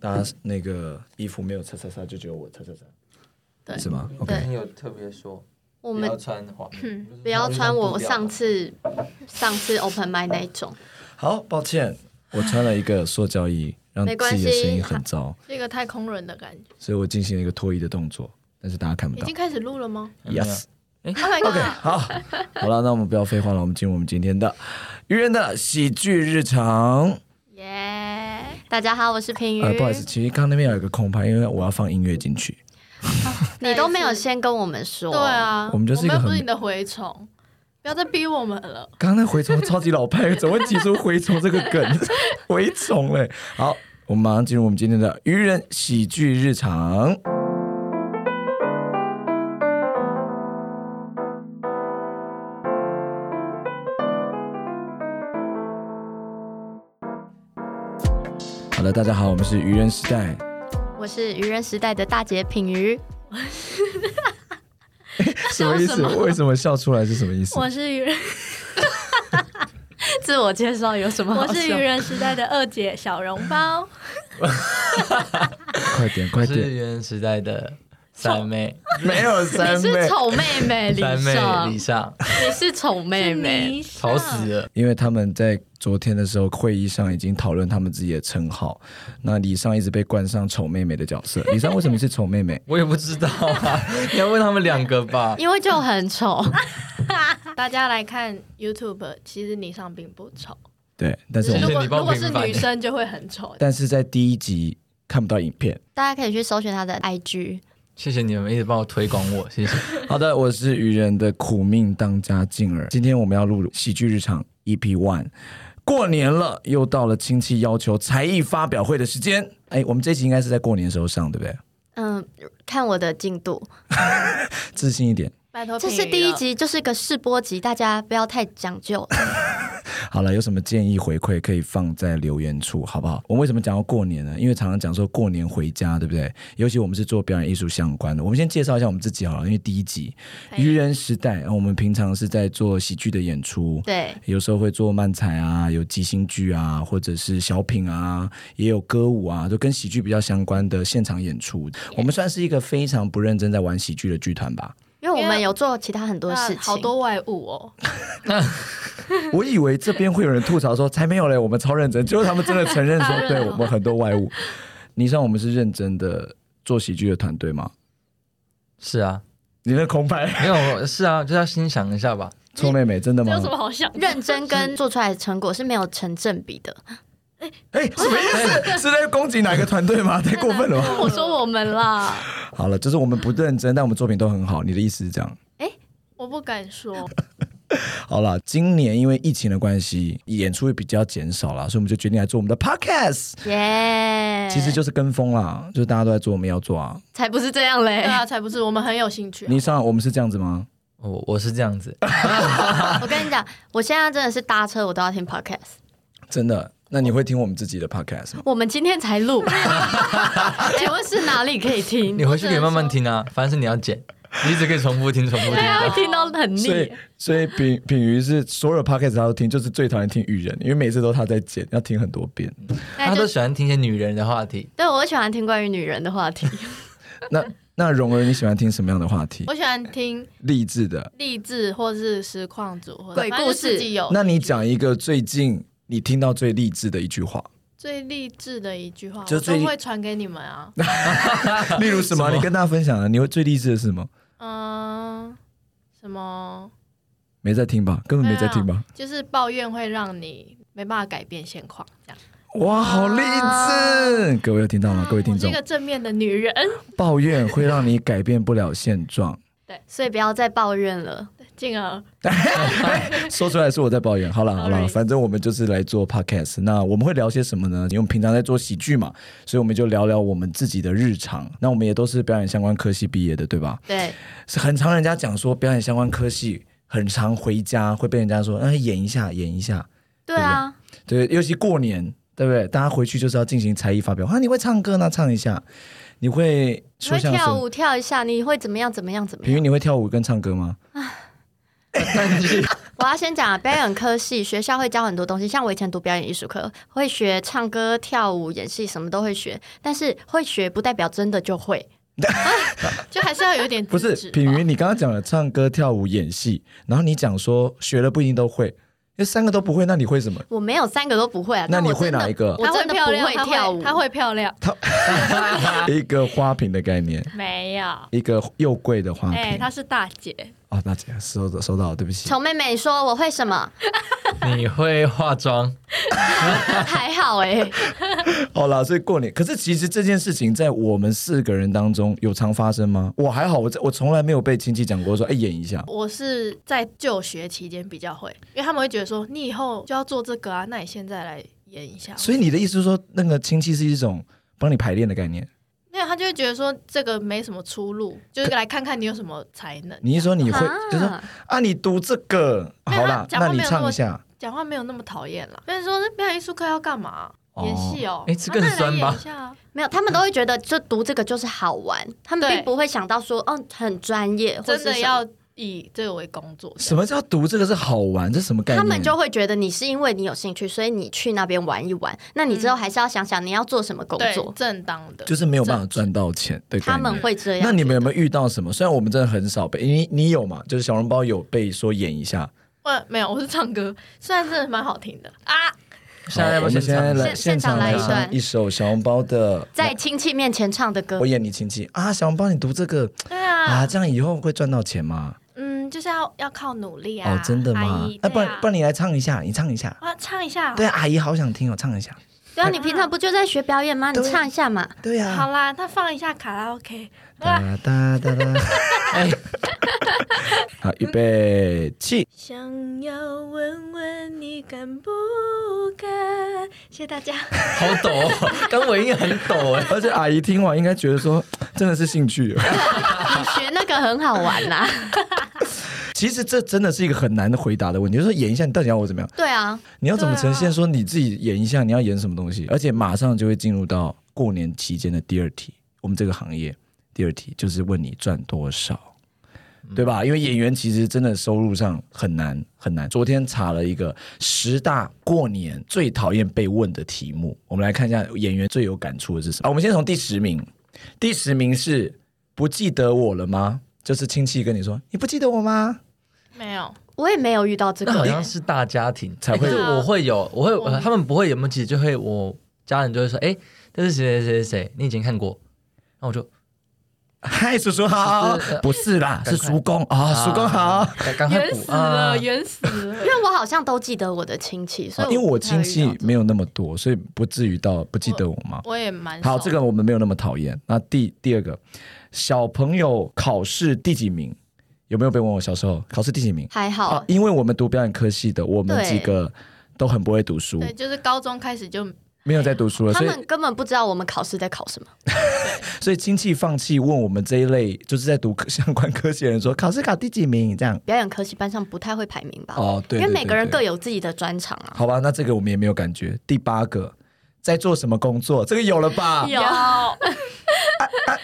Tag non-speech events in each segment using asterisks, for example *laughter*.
大家那个衣服没有擦擦擦，就只有我擦擦擦，对是吗对？OK，你有特别说我不们要穿黄的，嗯是不要说穿我低调上吗次上次 open m i 那一种，好，抱歉，我穿了一个塑胶衣，让没关自系己的声音很糟，是一个太空人的感觉。所以我进行了一个脱衣的动作，但是大家看不已到经。开始录了吗 Yes， ？Oh my *laughs* god！好，好了，那我们不要废话了，我们进入我们今天的愚人的喜剧日常。耶！大家好，我是平呃，鱼。不好意思，其实刚刚那边有一个空拍，因为我要放音乐进去。你都没有先跟我们说。对，啊，我们就是一个又不很是你的蛔虫，不要再逼我们了。刚刚那蛔虫超级老派，怎么会提出蛔虫这个梗？蛔虫嘞！好，我们马上进入我们今天的愚人喜剧日常。好了，大家好，我们是愚人时代。我是愚人时代的大姐品鱼，什么意思笑什？么为什么笑出来是什么意思？我是愚人，自我介绍有什么好我笑？是愚人时代的二姐小笼包。快点，我快是点！原时代的三妹，没有三你是妹，丑妹妹李三妹尚，李你尚，是丑妹妹。吵死了。因为他们在昨天的时候会议上已经讨论他们自己的称号，那李尚一直被冠上丑妹妹的角色。李尚为什么是丑妹妹？我也不知道 *laughs* 啊，你要问他们两个吧。因为就很丑， *laughs* 大家来看 YouTube，其实你上并不丑，对，但是我如们是果你帮如我果是平反女生就会很丑。但是在第一集看不到影片。大家可以去搜寻她的 IG。谢谢你们一直帮我推广我，谢谢。好的，我是愚人的苦命当家静儿，今天我们要录喜剧日常 EP One。过年了，又到了亲戚要求才艺发表会的时间。哎，我们这集应该是在过年的时候上，对不对？嗯，看我的进度，自信一点。拜托，啊这是第一，集，就是个试播集，大家不要太讲 *laughs* 究。好了，有什么建议回馈可以放在留言处，好不好？我们为什么讲到过年呢？因为常常讲说过年回家，对不对？尤其我们是做表演艺术相关的，我们先介绍一下我们自己好了，因为第一集《愚人时代》呃，我们平常是在做喜剧的演出。对，有时候会做漫才啊，有即兴剧啊，或者是小品啊，也有歌舞啊，都跟喜剧比较相关的现场演出。我们算是一个非常不认真在玩喜剧的剧团吧。因为我们有做其他很多事那情，好多外物哦。 *laughs* 我以为这边会有人吐槽说才没有嘞，我们超认真，结果他们真的承认超 *laughs* 说，认对真我们很多外物。你像我们是认真的做喜剧的团队吗？是啊，你那空拍 *laughs* 没有是啊，就是要先想一下吧。臭妹妹真的这吗有什？么好想的？认真跟做出来的成果是没有成正比的。 *laughs* 哎、什么意思？*laughs* 是在攻击哪个团队吗？太过分了吧！我说我们啦，好了，就是我们不认真，但我们作品都很好。你的意思是这样？我不敢 *laughs* 说。好了，今年因为疫情的关系，演出也比较减少了，所以我们就决定来做我们的 podcast， *laughs* 哎耶、其实就是跟风啦，就是大家都在做，我们也要做啊。才不是这样嘞对！啊，才不是，我们很有兴趣啊。你上我们是这样子吗？我我是这样子，嗯我跟你 *laughs* 讲，我现在真的是搭车我都要听 podcast。真的？那你会听我们自己的 podcast 吗？我们今天才录， *laughs* 请问是哪里可以 *laughs* 听？你回去可以慢慢听啊，反正是你要剪，你一直可以重复听，重复听对。啊，听到很所以腻。，所以品品鱼是所有 podcast 他都听，就是最讨厌听雨人，因为每次都他在剪，要听很多遍。那他哎就都喜欢听一些女人的话题，对我喜欢听关于女人的话题。那那蓉儿，你喜欢听什么样的话题？我喜欢听励志的。励志或是实况组或者鬼故事反正自己有。那你讲一个最近你听到最励志的一句话，最励志的一句话，就我最都会传给你们啊。例如什么？你跟大家分享啊，你会最励志的是什么？嗯，什么？没在听吧？根本没在听吧？啊就是抱怨会让你没办法改变现况，这样。哇，好励志！各位有听到啊吗？各位听我是众一，个正面的女人， *laughs* 抱怨会让你改变不了现状。所以不要再抱怨了。进而 *laughs* 说出来是我在抱怨。好了好了， Sorry 反正我们就是来做 podcast。那我们会聊些什么呢？因为我们平常在做喜剧嘛，所以我们就聊聊我们自己的日常。那我们也都是表演相关科系毕业的，对吧？对，是很常人家讲说表演相关科系很常回家会被人家说，哎、演一下演一下。对啊，对，尤其过年，对不对？大家回去就是要进行才艺发表。啊，你会唱歌那唱一下；你会你说会相跳声，舞跳一下，你会怎么样怎么样怎么平样云？你会跳舞跟唱歌吗？但是我要先讲表演科系，学校会教很多东西，像我以前读表演艺术课，会学唱歌、跳舞、演戏，什么都会学。但是会学不代表真的就会，就还是要有一点不是资质吧品云，你刚刚讲了唱歌、跳舞、演戏，然后你讲说学了不一定都会，那三个都不会，那你会什 *laughs* 么？我没有三个都不会啊。那但你我会真的哪一个？我她会真的漂亮，不她会跳舞，她会漂亮，一个花瓶的概念，没有。一个又贵的花瓶。哎、她是大姐，哦，那这样收到收到，对不起。丑妹妹说我会 *laughs* 什么？你会化妆，还好哎、好啦，所以过年，可是其实这件事情在我们四个人当中有常发生吗？我还好，我在我从来没有被亲戚讲过说，哎、演一下。我是在就学期间比较会，因为他们会觉得说你以后就要做这个啊，那你现在来演一下。所以你的意思是说，那个亲戚是一种帮你排练的概念？没有，他就会觉得说这个没什么出路，就是来看看你有什么才能。你一说你会，啊就是说啊，你读这个没有好啦，他讲话那你没有唱那一么下。讲话没有那么讨厌啦。别人说那表演艺术课要干嘛？哦演戏哦，诶这啊更那你来酸吧演一下啊没有，他们都会觉得就读这个就是好玩，他们对并不会想到说哦很专业，或是真的什么要以这个为工作。什么叫读这个是好玩？这什么概念？他们就会觉得你是因为你有兴趣，所以你去那边玩一玩。那你之后还是要想想你要做什么工对作。正当的，就是没有办法赚到钱的概他念。们会这样。那你们有没有遇到什么？虽然我们真的很少被你你有嘛？就是小笼包有被说演一下。我没有，我是唱歌，虽然真的蛮好听的啊，现在要好不我们要现现在场？来现现场场来来一段唱一首小笼包的在亲戚面前唱的歌我，演你亲戚啊，想帮你读这个对啊，啊，这样以后会赚到钱吗？嗯，就是要要靠努力啊。哦，真的阿吗姨？那对不然啊不然你来唱一下，你唱一下。我要唱一下。对，阿姨好想听哦，唱一下。对啊，你平常不就在学表演吗？你对啊唱一下嘛。对呀、好啦，那放一下卡拉 OK。哇，哒哒哒 *laughs* 哒。哎，好，预备起。想要问问你敢不敢？谢谢 *laughs* 大家。好抖哦，刚尾音很抖哎。而且阿姨听完应该觉得说，真的是兴趣。 *laughs* 你学那个很好玩啊啦。其实这真的是一个很难的回答的问题，就是说演一下，你到底要我怎么样？ *laughs* 对啊，你要怎么呈现？说你自己演一下，你要演什么东西？而且马上就会进入到过年期间的第二题，我们这个行业第二题就是问你赚多少，对吧？因为演员其实真的收入上很难很难。昨天查了一个十大过年最讨厌被问的题目，我们来看一下演员最有感触的是什么。啊、我们先从第十名，第十名是不记得我了吗？就是亲戚跟你说你不记得我吗？没有，我也没有遇到这那好像 *laughs* 个。是大家庭才会哎可是我会有，我会，我呃他们不会有没有记得，就会我家人就会说，哎，这是谁谁谁谁，你以前看过，然后我就嗨，叔叔好呃是是，不是啦，赶快是叔公啊，叔公好。，赶赶 *laughs* 快冤补死啊了，！冤死了。因为我好像都记得我的亲戚，所以因为我不太亲会遇戚到这个没有那么多，所以不至于到不记得我妈。我也蛮好，少这个我们没有那么讨厌。那第第二个，小朋友考试第几名？有没有被问我小时候考试第几名？还啊好，，因为我们读表演科系的，我们对几个都很不会读书，对，就是高中开始就没有在读书了，他所以们根本不知道我们考试在考什么。所以亲戚放弃问我们这一类就是在读科相关科系的人说考试考第几名这样。表演科系班上不太会排名吧？哦，对，因为对每个人对各有自己的专长啊。好吧，那这个我们也没有感觉。第八个，在做什么工作？这个有了吧？ *laughs* 有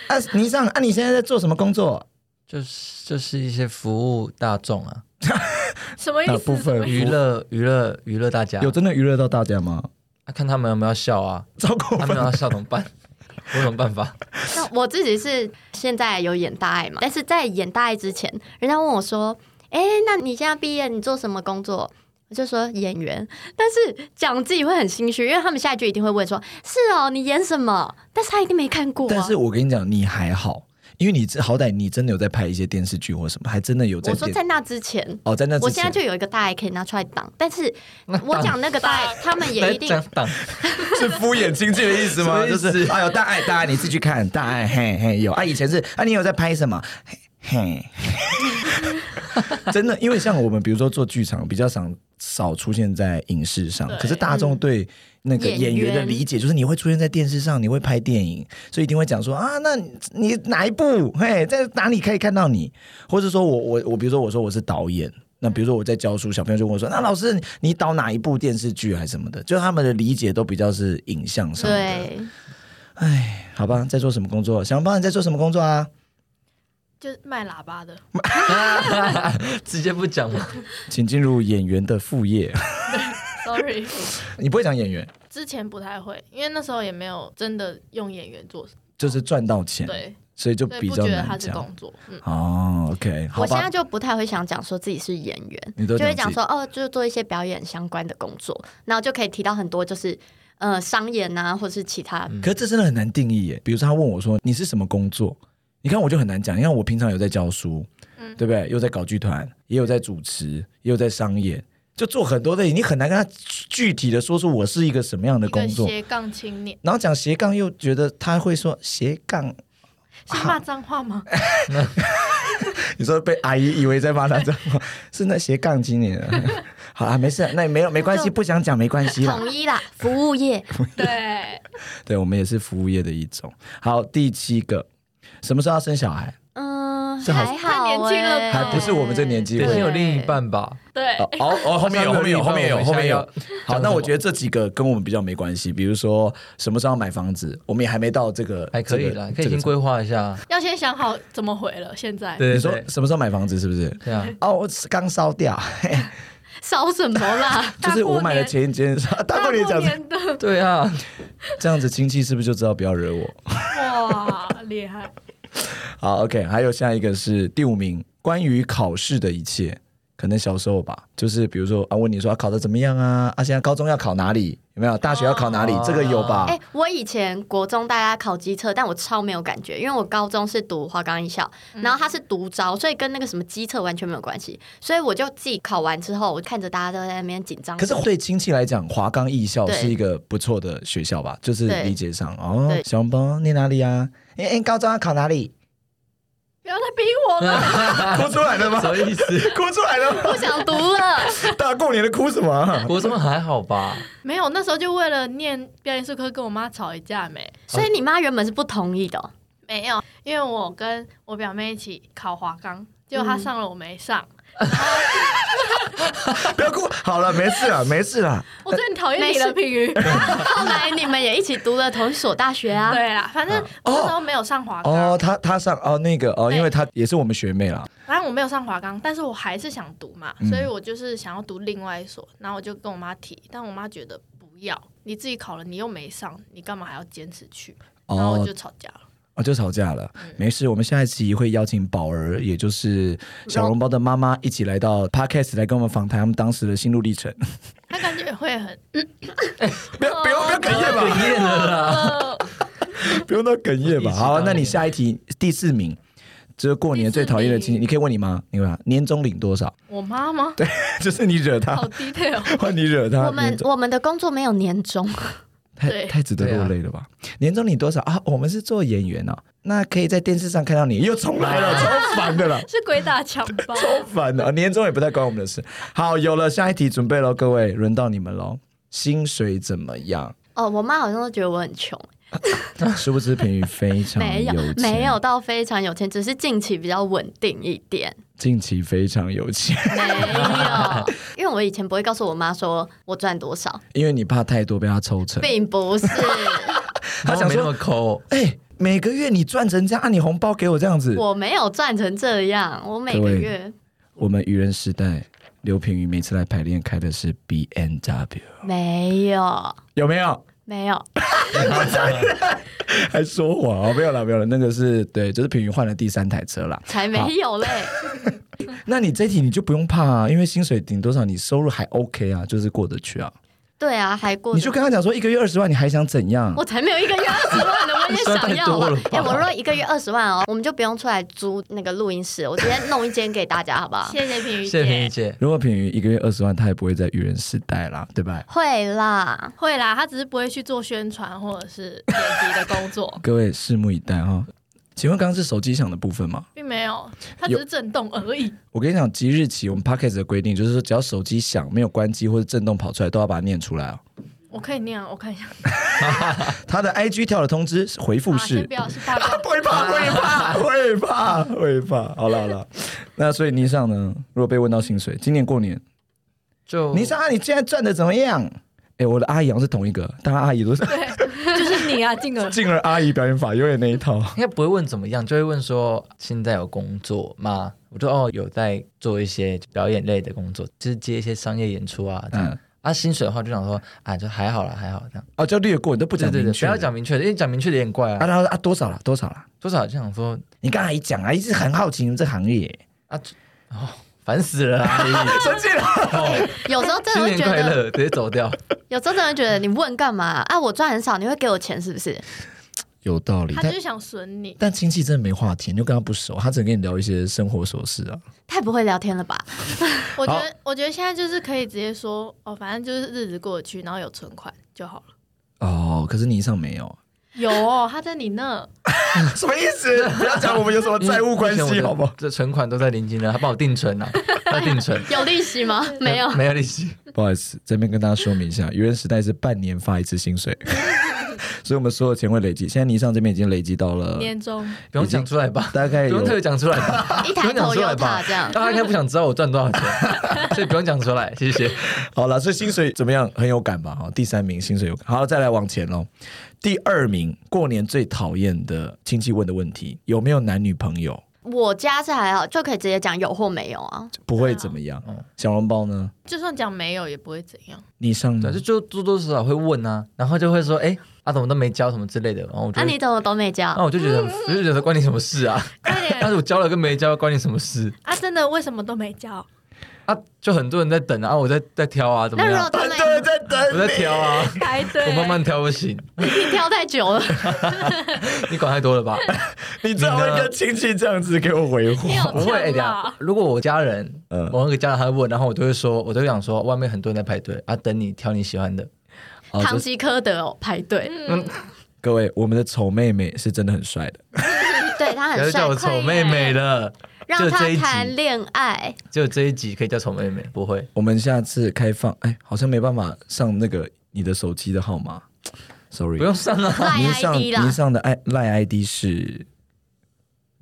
啊，倪尚，啊，你现在在做什么工作？就是就是一些服务大众啊， *laughs* 什么意哎哪思？部分娱乐娱乐娱乐大家，有真的娱乐到大家吗？啊看他们有没有 *laughs* 笑啊，超过他分们有要笑怎么办？我有什么办法？那我自己是现在有演大爱嘛，但是在演大爱之前，人家问我说：“哎、那你现在毕业，你做什么工作？”我就说演员，但是讲自己会很心虚，因为他们下一句一定会问说：“是哦，你演什么？”但是他一定没看过、啊。但是我跟你讲，你还好，因为你这好歹你真的有在拍一些电视剧或什么，还真的有在我说电在那之前，哦，在那之前我现在就有一个大爱可以拿出来挡，但是我讲那个大爱，他们也一定讲 *laughs* 党是敷衍亲戚的意思吗？什么意就思是哎呦，大爱大爱，你自己去看大爱，嘿嘿有啊，以前是啊，你有在拍什么？嘿， *laughs* 嘿真的，因为像我们比如说做剧场，比较少少出现在影视上，对可是大众对那个嗯演演员的员理解就是你会出现在电视上，你会拍电影，所以一定会讲说啊，那你你哪一部？嘿，在哪里可以看到你？或者说我我我，比如说我说我是导演。那比如说我在教书，小朋友就问我说：“那老师，你导哪一部电视剧还是什么的？”就是他们的理解都比较是影像上的。对。啊 *laughs* 好吧，在做什么工作？小笼包你在做什么工作啊？就是卖喇叭的，直接不讲嘛。请进入演员的副业。 Sorry， *laughs* 你不会讲演员，之前不太会，因为那时候也没有真的用演员做，就是赚到钱，对，所以就所以比不较觉得难它是讲。工作。嗯，哦，OK，好我现吧在，就不太会想讲说自己是演员，你都就讲会自己讲说哦，就是做一些表演相关的工作，然后就可以提到很多就是呃商演啊，或是其他。可是这真的很难定义耶。比如说他问我说你是什么工作，你看我就很难讲。你看我平常有在教书，嗯对不对？又在搞剧团，也有在主持，也有在商演，就做很多的，你很难跟他具体的说出我是一个什么样的一个工作。斜杠青年然后讲斜杠，又觉得他会说斜杠， *laughs* 是骂脏话吗？你说被阿姨以为在骂他，知道吗？ *laughs* 是那斜杠青年啊。 *laughs* 好啊，没事，那也没有没关系，就不想讲没关系啦。统一啦，服务业，对，对我们也是服务业的一种。好，第七个，什么时候要生小孩？嗯，这好还好、欸，太年轻了吧还不是我们这年纪对，问你题。有另一半吧？对，哦哦哦，后 *laughs* 面有，后面有，后面有，后面有。好，那我觉得这几个跟我们比较没关系，比如说什么时候要买房子，我们也还没到这个，还可以啦，可以先归。规划一下。要先想好怎么回了。现在对你对说对，什么时候买房子是不是？对啊，哦，我刚烧掉，烧什么啦？ *laughs* 就是我买的前一间， *laughs* 大过年讲的，对啊， *laughs* 这样子，亲戚是不是就知道不要惹我？哇，厉害！好，OK，还有下一个是第五名，关于考试的一切，可能小时候吧，就是比如说啊，问你说、啊、考的怎么样啊？啊，现在高中要考哪里？有没有？大学要考哪里？哦这个有吧？哎、我以前国中大家考机测，但我超没有感觉，因为我高中是读华冈艺校，嗯然后它是独招，所以跟那个什么机测完全没有关系。所以我就自己考完之后，我看着大家都在那边紧张。可是对亲戚来讲，华冈艺校对是一个不错的学校吧？就是对理解上哦对，小红包念哪里啊？哎、哎，高中要考哪里？不要再逼我嗯了， *laughs* 哭出来了吗什？么意思？ *laughs* 哭出来了吗？ *laughs* 不想读了，大过年的哭什么 *laughs* 啊？国中还好吧？没有，那时候就为了念表演术科跟我妈吵一架没。所以你妈原本是不同意的哦、没有，因为我跟我表妹一起考华冈，结果她上了我没上。不要哭，好了，没事了，没事了。 *laughs* 我最讨厌你没了，事平宇。 *laughs* 后来你们也一起读了同一所大学啊？对啦，反正我那时候没有上华哦，冈，他他上哦那个哦，对因为他也是我们学妹啦。反正我没有上华冈，但是我还是想读嘛，嗯所以我就是想要读另外一所，然后我就跟我妈提，但我妈觉得不要，你自己考了，你又没上，你干嘛还要坚持去？然后我哦就吵架了。哦，就吵架了。嗯没事，我们下一期会邀请宝儿，也就是小笼包的妈妈，一起来到 podcast 来跟我们访谈他们当时的心路历程。她感觉会很不要不要不要哽咽吧，哽咽了啦。啊 *laughs* 呃，不用到哽咽吧。一起好，当那你年下一题第四名，就是过年最讨厌的亲戚，第四名你可以问你妈，你问她年终领多少？我妈吗？ *laughs* 就是你惹她好，detail，换你惹她，我们年终我们的工作没有年终， *laughs* 太对太值得落泪了吧？年终领多少啊？我们是做演员哦，那可以在电视上看到你，又重来啊了，超烦的啦。是鬼打墙吧？超烦的，哦年终也不太关我们的事。好，有了，下一题准备喽，各位，轮到你们喽。薪水怎么样？哦，我妈好像都觉得我很穷，殊不知平宇非常没有有钱，没有到非常有钱，只是近期比较稳定一点。近期非常有钱，没有，因为我以前不会告诉我妈说我赚多少，因为你怕太多被他抽成。并不是。他想没那说么，抠，哎、每个月你赚成这样，按、你红包给我这样子。我没有赚成这样，我每各个位月我们愚人时代，刘品宇每次来排练开的是 B N W，没有有没有？没有。还说谎哦？没有了，没有了，那个是对，就是品宇换了第三台车啦。才没有嘞！那你这题你就不用怕啊，因为薪水顶多少，你收入还 OK 啊，就是过得去啊。对啊，还过你就跟他讲说，一个月二十万，你还想怎样？我才没有一个月二十万呢，我也想要说太多啊了吧！哎、我若一个月二十万哦，我们就不用出来租那个录音室，我直接弄一间给大家，好不好？谢谢平宇姐，谢谢平姐。如果品瑜一个月二十万，他也不会在愚人时代啦，对吧？，会啦，会啦，她只是不会去做宣传或者是剪辑的工作各位拭目以待哈、请问刚刚是手机响的部分吗？并没有，她只是震动而已。我跟你讲，即日起我们 p a c k a g e 的规定就是说，只要手机响没有关机或者震动跑出来，都要把它念出来哦。我可以那样，我看 *laughs* 一下。他的 IG 跳的通知回复啊，是。先不。要，是八卦会怕，会怕，会怕，会怕。好了好了，那所以倪尚呢？如果被问到薪水，今年过年就哦 *laughs* 你说啊，你现在赚的怎么样？哎、我的阿姨好像是同一个，但阿姨都是 *laughs* 就是你进啊， *laughs* 进而进而阿姨表演法，永远那一套。应该不会问怎么样，就会问说现在有工作吗？我就哦有在做一些表演类的工作，就是接一些商业演出啊这样。嗯啊，薪水的话就想说啊，就还好啦，还好这样。哦，就略过，你都不对讲对对，明不确。要讲明确的，因为讲明确的有点怪啊，啊。然后说啊多少了多少了？多少就想说你刚才一讲啊，一直很好奇你们这行业耶，烦死了 *laughs* 啊！生气了。哎有时候真的新会年觉快得，乐，直接走掉。有时候真的会觉得你问干嘛啊？我赚很少，你会给我钱是不是？有道理，他就但是想损你。但亲戚真的没话题，你就跟他不熟，他只能跟你聊一些生活琐事啊。太不会聊天了吧？我觉得，我觉得现在就是可以直接说，哦，反正就是日子过得去，然后有存款就好了。哦，可是你以上没有，有哦，他在你那， *laughs* 什么意思？不要讲我们有什么债务关系，好不好？？这存款都在零金了，他帮我定存 *laughs* 啊，他定存有利 *laughs* 息吗？没有，没有利息。不好意思，这边跟大家说明一下，愚人时代是半年发一次薪 *laughs* 水，所以我们所有钱会累积。现在尼尚这边已经累积到了年终不用讲出来吧？大概不用特别有讲出来吧？ *laughs* 一不抬用讲头出来又吧踏这样？大家应该不想知道我赚多少钱， *laughs* 所以不用讲出来，谢谢。好了，所以薪水怎么样？很有感吧？哦哈，第三名薪水有感。好，再来往前喽。第二名，过年最讨厌的亲戚问的问题，有没有男女朋友？我家是还好，就可以直接讲有或没有啊。不会怎么样。嗯小笼包呢？就算讲没有也不会怎样。你上 *laughs* 对，呢就？就多多少少会问啊，然后就会说，哎，啊怎么都没交什么之类的，然后我就啊，，你嗯怎么都没交那？我就觉得，我就觉得关你什么事 *laughs* 啊？ *laughs* 快但点是我交了跟没交关你什么事啊！真的为什么都没交？啊？就很多人在等啊，我在在挑啊，怎么那如样果？他很多人们在 *laughs* 我等在你。挑啊，排队我慢慢挑不行，你挑太久了，你管太多 *laughs* 了吧？你最好会跟亲戚这样子给我回话你。有不会，哎、呛等一到下，如果我家人，嗯某一个家人他会问，然后我就会说，我就会想说，外面很多人在排队啊，等你挑你喜欢的。哦堂就是吉诃德哦，排 *laughs* 队。嗯各位，我们的丑妹妹是真的很帅的。对他不要很再叫帅我，丑妹妹了，让就他这一集谈恋爱。就这一集可以叫丑妹妹，嗯不会。我们下次开放，哎，好像没办法上那个你的手机的号码，sorry，不用上啊，赖您哦上 ID 您啦，上的爱赖 ID 是，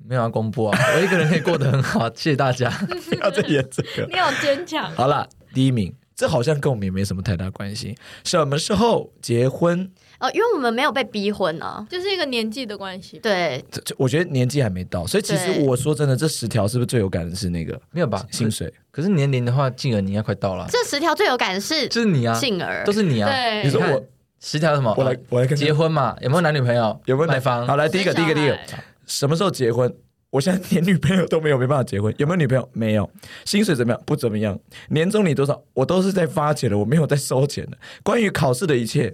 没有要公布啊， *laughs* 我一个人可以过得很好， *laughs* 谢谢大家。不要再演啊这个。 *laughs* 你好坚强。 *laughs* 好啦，第一名，这好像跟我们也没什么太大关系。什么时候结婚？哦，因为我们没有被逼婚啊。就是一个年纪的关系吧。对，这这我觉得年纪还没到，所以其实对我说真的，这十条是不是最有感的是那个没有吧？薪水？可是年龄的话，静儿你应该快到了啊，这十条最有感的是就是你啊，杏儿都。是你啊。对你说看我十条什么？啊我来我来跟结婚嘛，有没有男女朋友？有没有买男房？好，来第一个，第一个，第一个生，什么时候结婚？我现在连女朋友都没有，没办法结婚。有没有女朋友？没有。薪水怎么样？不怎么样。年终你多少？我都是在发钱的，我没有在收钱的。关于考试的一切，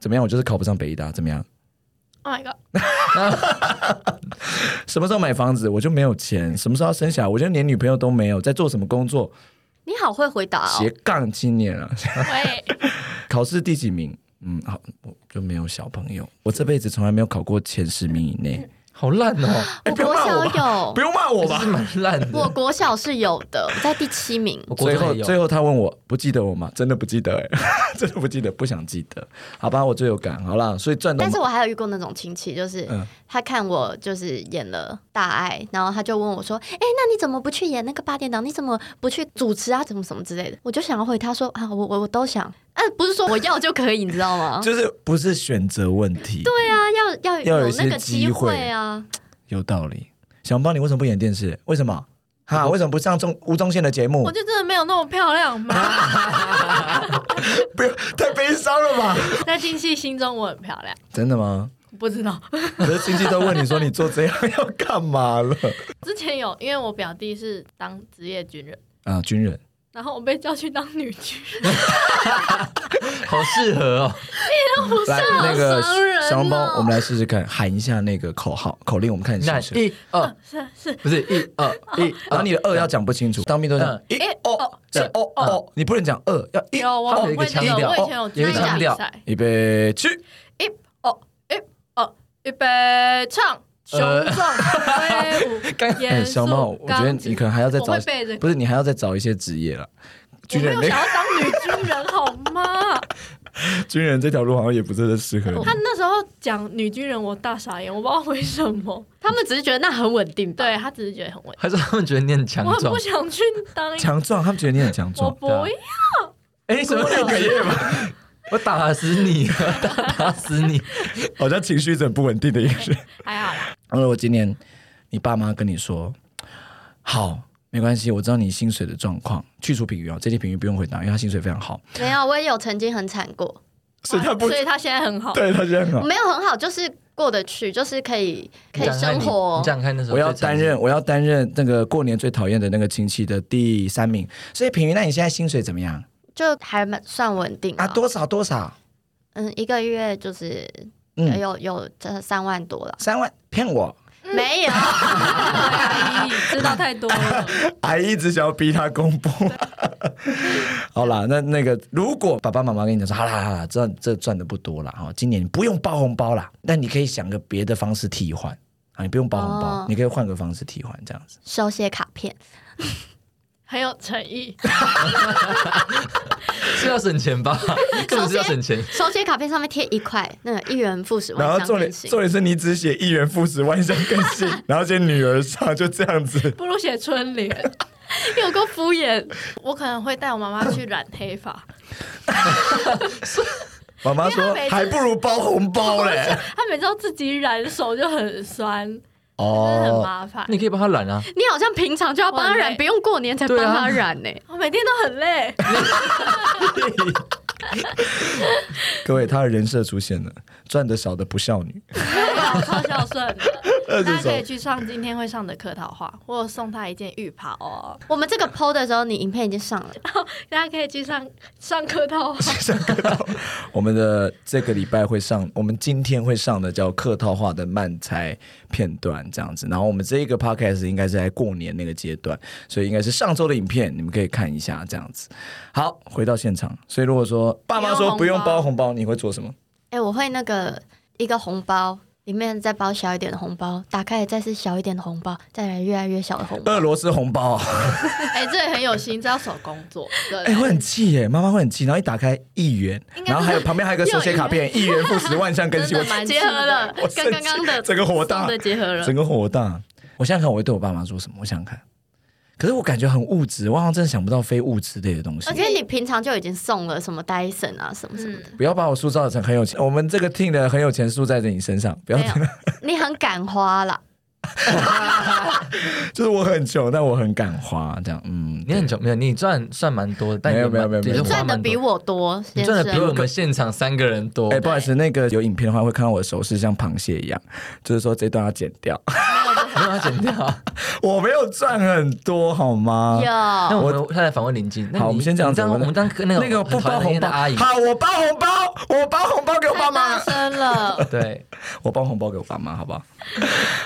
怎么样？我就是考不上北医大，怎么样？ Oh *laughs* my god！什么时候买房子？我就没有钱。什么时候要生小孩？我就连女朋友都没有。在做什么工作？你好会回答哦斜，杠青年啊！喂，考试第几名？嗯，好，我就没有小朋友，我这辈子从来没有考过前十名以内。好烂哦，哎我不要国骂小我吧，有不，用骂 *laughs* 我这吧。是蛮烂的。我国小是有的，我在第七名。我国最中后也有最后他问我不记得我吗？真的不记得哎、 *laughs* 真的不记得，不想记得。好吧，我最有感。好啦，所以赚到但是我还有遇过那种亲戚，就是嗯他看我就是演了大爱，然后他就问我说：“哎、那你怎么不去演那个八点档？你怎么不去主持啊？怎么什么之类的？”我就想要回他说：“啊，我我我都想，啊，不是说我要就可以，你知道吗？就是不是选择问题，对，对啊，要要要有一有些那个机机会会啊。有道理。想帮你为什么不演电视？为什么？哈，为什么不上中吴宗宪的节目我？就真的没有那么漂亮嘛。 *laughs* 不要太悲伤了吧？在亲戚心中我很漂亮，真的吗？不知道。可是亲戚都问你说你做这样要干嘛了？之前有，因为我表弟是当职业军人，啊，军人。然后我被叫去当女军人。好适合哦，来，那个啊伤人小笼包哦，我们来试试看，喊一下那个口号口令，我们看你是那不是。一二是不是一二一然后 *laughs* 二，你的二要讲不清楚，当兵都讲嗯一哦这嗯哦哦，你不能讲二，要一。有，我他我们有一个以前腔有，调我以前有军有一人个腔比调赛。哦预备去，一哦一哦，预备唱。雄壮威武，哎，严肃小猫，我觉得刚你直可能还要再我找会背这，个不是你还要再找一些职业了。我军没人有想那要当女军人好吗？军人这条路好像也不是很适合你他那时候讲女军人，我大傻眼，我不知道为什么。他们只是觉得那很稳定吧。对他只是觉得很危还是他们觉得你很强我很壮不？想去当一个，强壮，他们觉得你很强我壮。不要哎，什么两个月吧？ *laughs* 我打死你，我打打死你！好像情绪是很不稳定的一个人。还好啦，然后我今年你爸妈跟你说，好，没关系，我知道你薪水的状况，去除评语哦，这题评语不用回答，因为他薪水非常好，没有，我也有曾经很惨过，所以他不所以嗯他现在很好。对他这样啊好。没有很好，就是过得去，就是可以可以生活你想看那时候我要担任，我要担任那个过年最讨厌的那个亲戚的第三名。所以平云，那你现在薪水怎么样就还蛮算稳定啊？吧多少多少？嗯，一个月就是呃嗯，有有这三万多了，三万，骗我！没有， *laughs* 哎知道太多了，还一直想要逼他公布。 *laughs* 好啦，那那个如果爸爸妈妈跟你讲说，好啦好啦，这这赚的不多啦，哈，今年不用包红包啦，那你可以想个别的方式替换啊，你不用包红包，哦你可以换个方式替换这样子。手写卡片， *laughs* 很有诚意。是要省钱 *laughs* 吧？根本是要省钱。手写卡片上面贴一块那个一元复始然万后象重点更新重点是你只写一元复始万象更 *laughs* 新，然后写女儿上就这样子。不如写春联， *laughs* 有够敷衍。我可能会带我妈妈去染黑发，妈妈说因为她每次还不如包红包 *laughs* 嘞。她每次要自己染手就很酸，真的很哦，麻烦。你可以帮他染啊，你好像平常就要帮他我很染，累不用过年才帮对啊他染欸呢、我每天都很累，各位，他的人设出现了，赚的少的不孝 *laughs* 女。没有超孝 *laughs* 顺的。二大家可以去上今天会上的客套话，我有送她一件浴袍哦。我们这个 PO 的时候，你影片已经上了，大家可以去上上客套话，我们的这个礼拜会上，我们今天会上的叫客套话的慢才片段这样子。然后我们这一个 podcast 应该是在过年那个阶段，所以应该是上周的影片，你们可以看一下这样子。好，回到现场，所以如果说爸妈说不不用用红包包红包，你会做什么？哎、我会那个一个红包里面再包小一点的红包，打开来再是小一点的红包，再来越来越小的红包。俄罗斯红包、 *laughs* 啊哎、这也很有心，这要手工做，对，哎、会很气耶，妈妈会很气。然后一打开一元，应该然后还有旁边还有一个手写卡片，一元复十万项更新， *laughs* 真我的蛮结合了我生跟刚刚的气整个火大送的结合了整，个火大。我想想看，我会对我爸妈说什么？我想想看，可是我感觉很物质，我好像真的想不到非物质类的东西而。且你平常就已经送了什么 Dyson 啊什么什么的，不要把我塑造成很有钱，我们这个 team 的很有钱塑在你身上。不要啊没，有，你很敢花啦。 *laughs* 就是我很穷，但我很敢花，这样，嗯，你很穷没有？你赚算蛮多的，但没有也蛮没有没有也是没有花赚的蛮多比我多，你先赚的比我生。们现场三个人多哎、。不好意思，那个有影片的话会看到我的手势像螃蟹一样，就是说这段要剪掉。没有要剪掉。 *laughs* 我没有赚很多，好吗？有那我们他来访问林静。那好你我们先这样子你我我们们当那个那个不很讨包厌红的包， *laughs* 阿姨。好，我包红包，我包红包给我爸太妈大，声 *laughs* 了，对， *laughs* 我包红包给我爸妈，好不 *laughs* 好？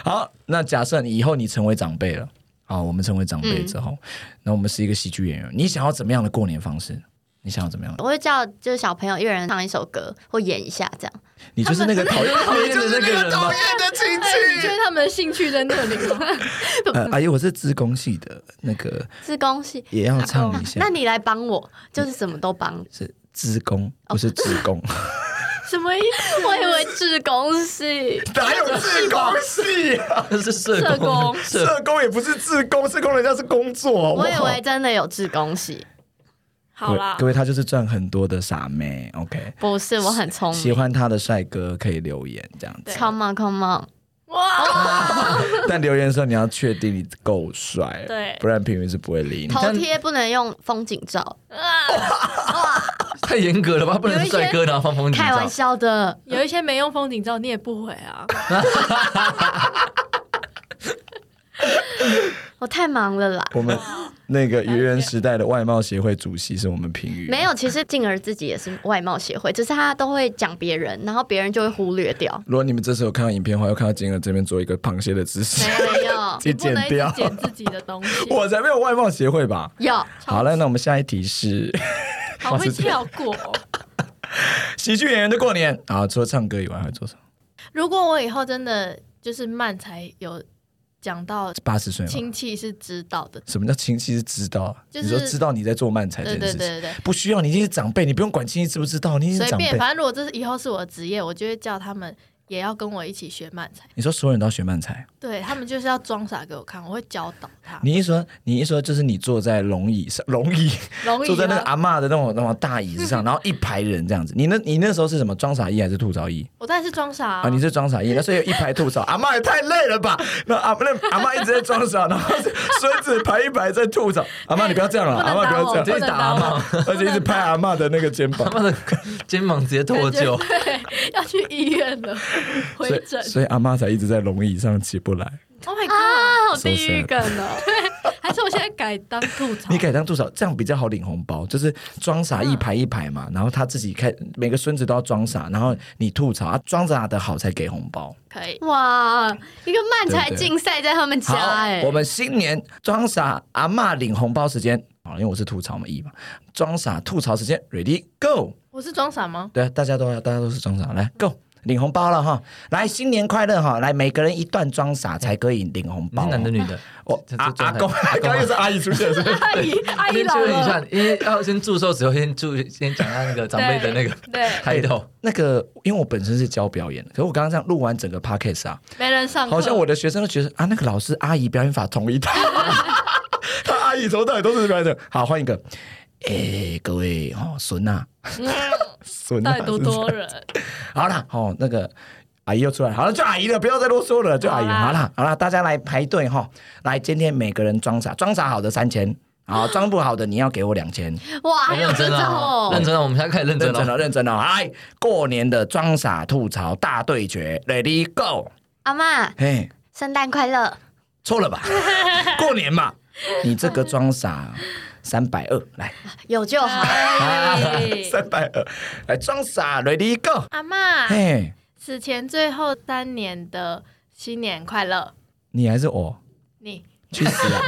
好，那假设你以后你成为长辈了，好，我们成为长辈之后，那、我们是一个喜剧演员，你想要怎么样的过年方式？你想要怎么样的？我会叫就是小朋友一人唱一首歌或演一下这样。你就是那个讨厌，讨厌的那个人吗？哎、你觉得他们的兴趣在那里吗？呃，阿姨，我是自工系的，那个自贡系，也要唱一下。那你来帮我，就是什么都 *laughs* 帮。是自工，不是自工，什么意思？我以为自贡系，哪有自工系 *laughs* 啊？那是社社工工社工也不是自工，自工人家是工作，好不我好以为真的有自贡系，好啦各，位，她就是赚很多的傻妹，OK。不是，我很聪喜明。欢她的帅哥可以留言这样子，对 Come on, come on！哇，但留言的时候你要确定你够帅，对不然评语是不会理你。头贴不能用风景照，太严格了吧？不能是帅哥然后放风景开玩照。笑的。有一些没用风景照，你也不回啊？我太忙了啦。我 *laughs* 们那个愚人时代的外貌协会主席是我们评语，没有，其实静儿自己也是外貌协会，只是她都会讲别人，然后别人就会忽略掉。如果你们这时候有看到影片的话，又看到金额这边做一个螃蟹的姿势，没有，去 *laughs* 你不剪能一直掉。剪自己的东西，我才没有外貌协会吧？有好了，那我们下一题是 *laughs* 好会跳过。喜剧演员的过年啊，除了唱歌以外还会做什么？ *laughs* 如果我以后真的就是慢才有讲到八十岁吗？亲戚是知道的，什么叫亲戚是知道啊？就是你说知道你在做漫才这对件对事情，对对不需要，你已经是长辈，你不用管亲戚知不知道，你已经对，是随长辈便，。反正如果这是以后是我的职业，我就会叫他们也要跟我一起学漫才，你说所有人都要学慢才，对他们就是要装傻给我看，我会教导他。你一说你一说就是你坐在龙椅上， *laughs* 龙椅容易坐在那个啊！阿嬷的那种那种大椅子 *laughs* 上，然后一排人这样子。你那你那时候是什么装傻一还是吐槽一我当然是装傻啊！啊？你是装傻一，那所以有一排吐 *laughs* 槽，阿嬷也太累了吧？那阿那阿嬷一直在装傻，然后孙子排一排在吐 *laughs* 槽，阿嬷你不要这样了，不啊阿能嬷不要打这我，样哎不，能直接打打嘛我， *laughs* 而且一直拍阿嬷的那个肩膀 *laughs* 他。妈的肩膀直接脱 *laughs* 臼，要去医院了，回所以诊。所以阿妈才一直在龙椅上起不来。 Oh my god！好地狱梗哦！还是我现在改当吐槽你？改当多少？这样比较好领红包，就是装傻一排一排嘛，然后他自己开，每个孙子都要装傻，然后你吐槽，啊、装傻的好才给红包。可以， *laughs* 哇，一个漫才对不对竞赛在他们家好，哎、我们新年装傻阿妈领红包时间。好，因为我是吐槽嘛，一嘛，装傻吐槽时间，ready go，我是装傻吗？对，大家都要，大家都是装傻，来 go，领红包了哈，来新年快乐哈，来每个人一段装傻才可以领红你包是哦。男的女的？哦，这这阿这阿公，阿公又是阿姨出现 *laughs* 是不是？阿 *laughs* 姨，阿姨先老确认一下了。，因为要先祝寿，时候先祝先讲一下那个长辈的那个对， *laughs* 抬头。那个，因为我本身是教表演的，可是我刚刚这样录完整个 podcast 啊，没人上课。好像我的学生都觉得啊，那个老师阿姨表演法同一套，他阿姨从头到尾都是表演的。好，换一个，哎、各位哦，孙呐、孙 *laughs* 到呐、底多多人？好啦，哦，那个阿姨又出来，好了，就阿姨了，不要再啰嗦了，就阿姨。好啦好啦，好啦，大家来排队哈、来，今天每个人装傻，装傻好的三千，好，装不好的你要给我两千。哇，还有哎认这真种、啊，认真啊，我们现在开始认真认真哦了。了，认真了，来，过年的装傻吐槽大对决，Ready Go！阿妈，嘿，圣诞快乐！错了吧？过年嘛，你这个装傻三百二，来有就 *laughs* 好。哎啊三百二，来装傻，Ready Go！阿妈，嘿，此前最后三年的新年快乐。你还是我。你去死 *laughs* 啊！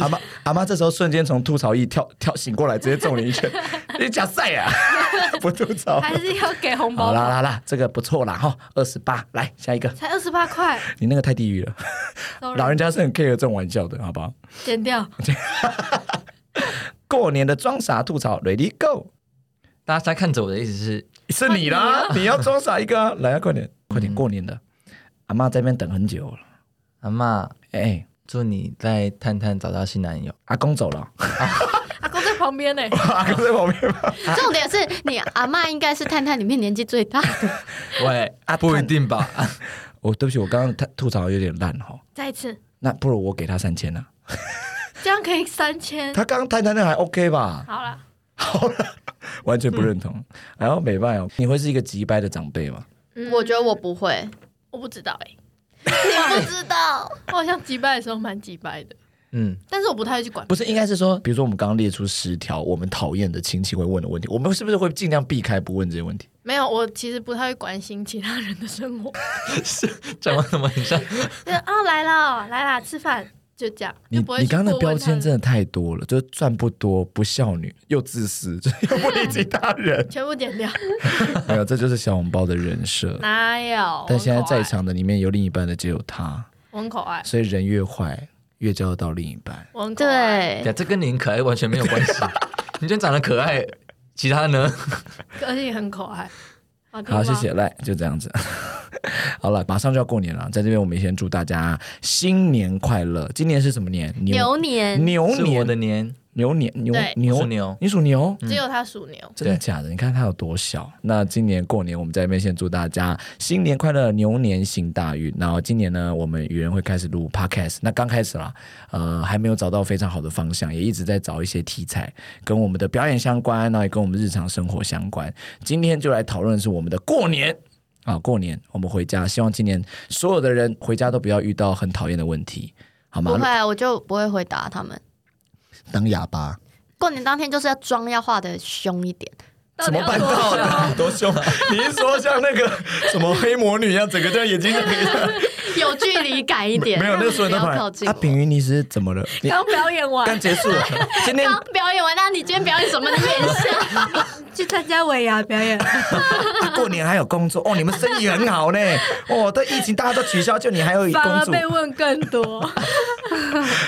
阿妈阿妈这时候瞬间从吐槽一跳跳醒过来，直接揍你一拳。你假赛啊！不吐槽。还是要给红好包啦吧？啦啦，这个不错啦哈，二十八，来下一个。才二十八块，你那个太地狱了， sorry 老人家是很 care 这种玩笑的，好不好？剪掉。过年的装傻吐槽，Ready Go！大家看着我的意思是，是你啦，哦你要装傻一个、啊， *laughs* 来啊，快点，快点，过年了，阿妈在那边等很久了，阿妈，哎、祝你在探探找到新男友。阿公走了，阿公在旁边 *laughs* 呢，欸阿公在旁 *laughs* 边吗？重点是你阿妈应该是探探里面年纪最大的，喂，啊不一定吧？我哦对不起，我刚刚他吐槽有点烂哈，再一次，那不如我给他三千啊呢、这样可以三千。他刚刚谈谈的还 OK 吧？嗯好了，完全不认同。然后美拜哦，你会是一个急掰的长辈吗？嗯 *laughs* 我觉得我不会，我不知道哎，你不知道。我好像击败的时候蛮击败的，嗯，但是我不太会去管。不是，应该是说，比如说我们刚刚列出十条我们讨厌的亲戚会问的问题，我们是不是会尽量避开不问这些问题？没有，我其实不太会关心其他人的生活。讲完怎么很像？就是哦，来了，来啦，吃饭，就这样，你就不会你去刚刚的过标问他签真的太多了，就是赚不多、不孝女、又自私， *laughs* 就是又不理解他人。全部剪掉， *laughs* *laughs* 没有，这就是小红包的人设。哪有？啊但现在我很可爱在，场的里面有另一半的只有他，我很可爱，所以人越坏越交得到另一半。我很可爱， *laughs* 哎对，呀，这跟你很可爱完全没有关 *laughs* 系。你就长得可爱，其他呢？而且也很可爱。好，好谢谢，。来就这样子。 *laughs* 好了，马上就要过年了，在这边我们先祝大家新年快乐。今年是什么年？牛年牛是我的年年，牛年牛对我牛属牛你属牛。只有他属牛，真的假的？你看他有多小。那今年过年，我们在这边先祝大家新年快乐，牛年行大运。然后今年呢，我们愚人会开始录 podcast。那刚开始啦，呃，还没有找到非常好的方向，也一直在找一些题材跟我们的表演相关，然后也跟我们日常生活相关。今天就来讨论的是我们的过年。啊，过年我们回家，希望今年所有的人回家都不要遇到很讨厌的问题，好不吗？会，我就不会回答他们。当哑巴过年当天就是要妆要化的凶一点，到怎底么要办多到凶的？多凶！啊你一说像那个什么黑魔女一样，整个这样眼睛就可以有距离感一点。没有，那个所有人都不跑要来靠近啊，我。品云你是怎么了？你刚表演完，刚结束了，今天啊刚表演完，那你今天表演什么？你演一下。去参加尾牙表演，啊过年还有工作哦，你们生意很好呢。哦，但疫情大家都取消，就 *laughs* 你还有反工而作，被问更多。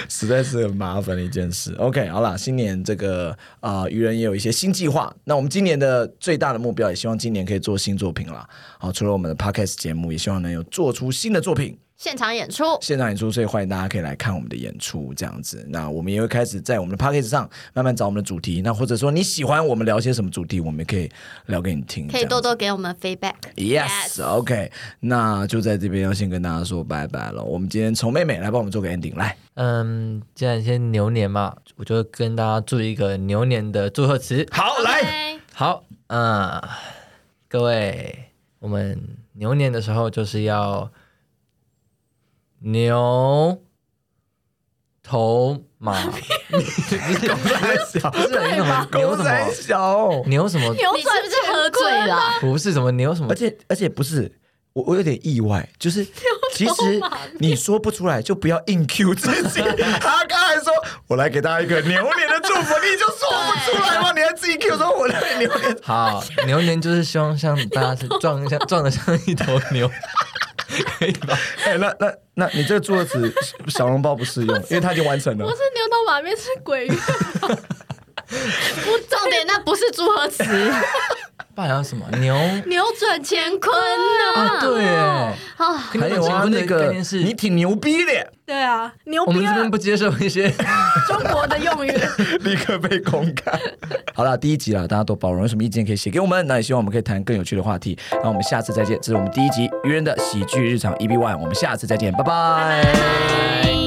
实在是很麻烦的一件事。OK，好啦，新年这个啊，愚、人也有一些新计划。那我们今年的最大的目标，也希望今年可以做新作品啦。好，除了我们的 Podcast 节目，也希望能有做出新的作品。现场演出，现场演出，所以欢迎大家可以来看我们的演出，这样子。那我们也会开始在我们的 p a c k a g e 上慢慢找我们的主题，那或者说你喜欢我们聊些什么主题，我们也可以聊给你听。可以多多给我们 feedback。 Yes，OK，、那就在这边要先跟大家说拜拜了。我们今天从妹妹来帮我们做个 ending，来，嗯，既然先牛年嘛，我就跟大家祝一个牛年的祝贺词。好来， OK，好，嗯，各位，我们牛年的时候就是要牛头马，你你狗在笑，不是你怎么狗狗什仔么小，牛什么？你是不是喝醉了？不是什么牛什么而？且而且不是。我我有点意外，就是其实你说不出来，就不要硬 Q 自己。他刚才说，我来给大家一个牛年的祝福，你就说不出来吗？你还自己 Q 说我的牛年，好，牛年就是希望像大家是撞像撞得像一头牛，可以吧？哎、那那那你这个祝贺词小笼包不适用，因为它已经完成了不。是牛头马面是 *laughs* 鬼月，不，重点那不是祝 *laughs* 贺词，不然还有什么牛扭转乾坤呢、啊？对耶， *laughs* 啊可还有啊，那那个概念是你挺牛逼的，对啊，牛我们逼这啊边！不接受一些。中国的 *laughs* 用语，立刻被公开。 *laughs* 好了，第一集了，大家多包容，有什么意见可以写给我们。那也希望我们可以谈更有趣的话题。那我们下次，E 再见，这是我们第一集愚人的喜剧日常 EB One，我们下次再见，拜拜拜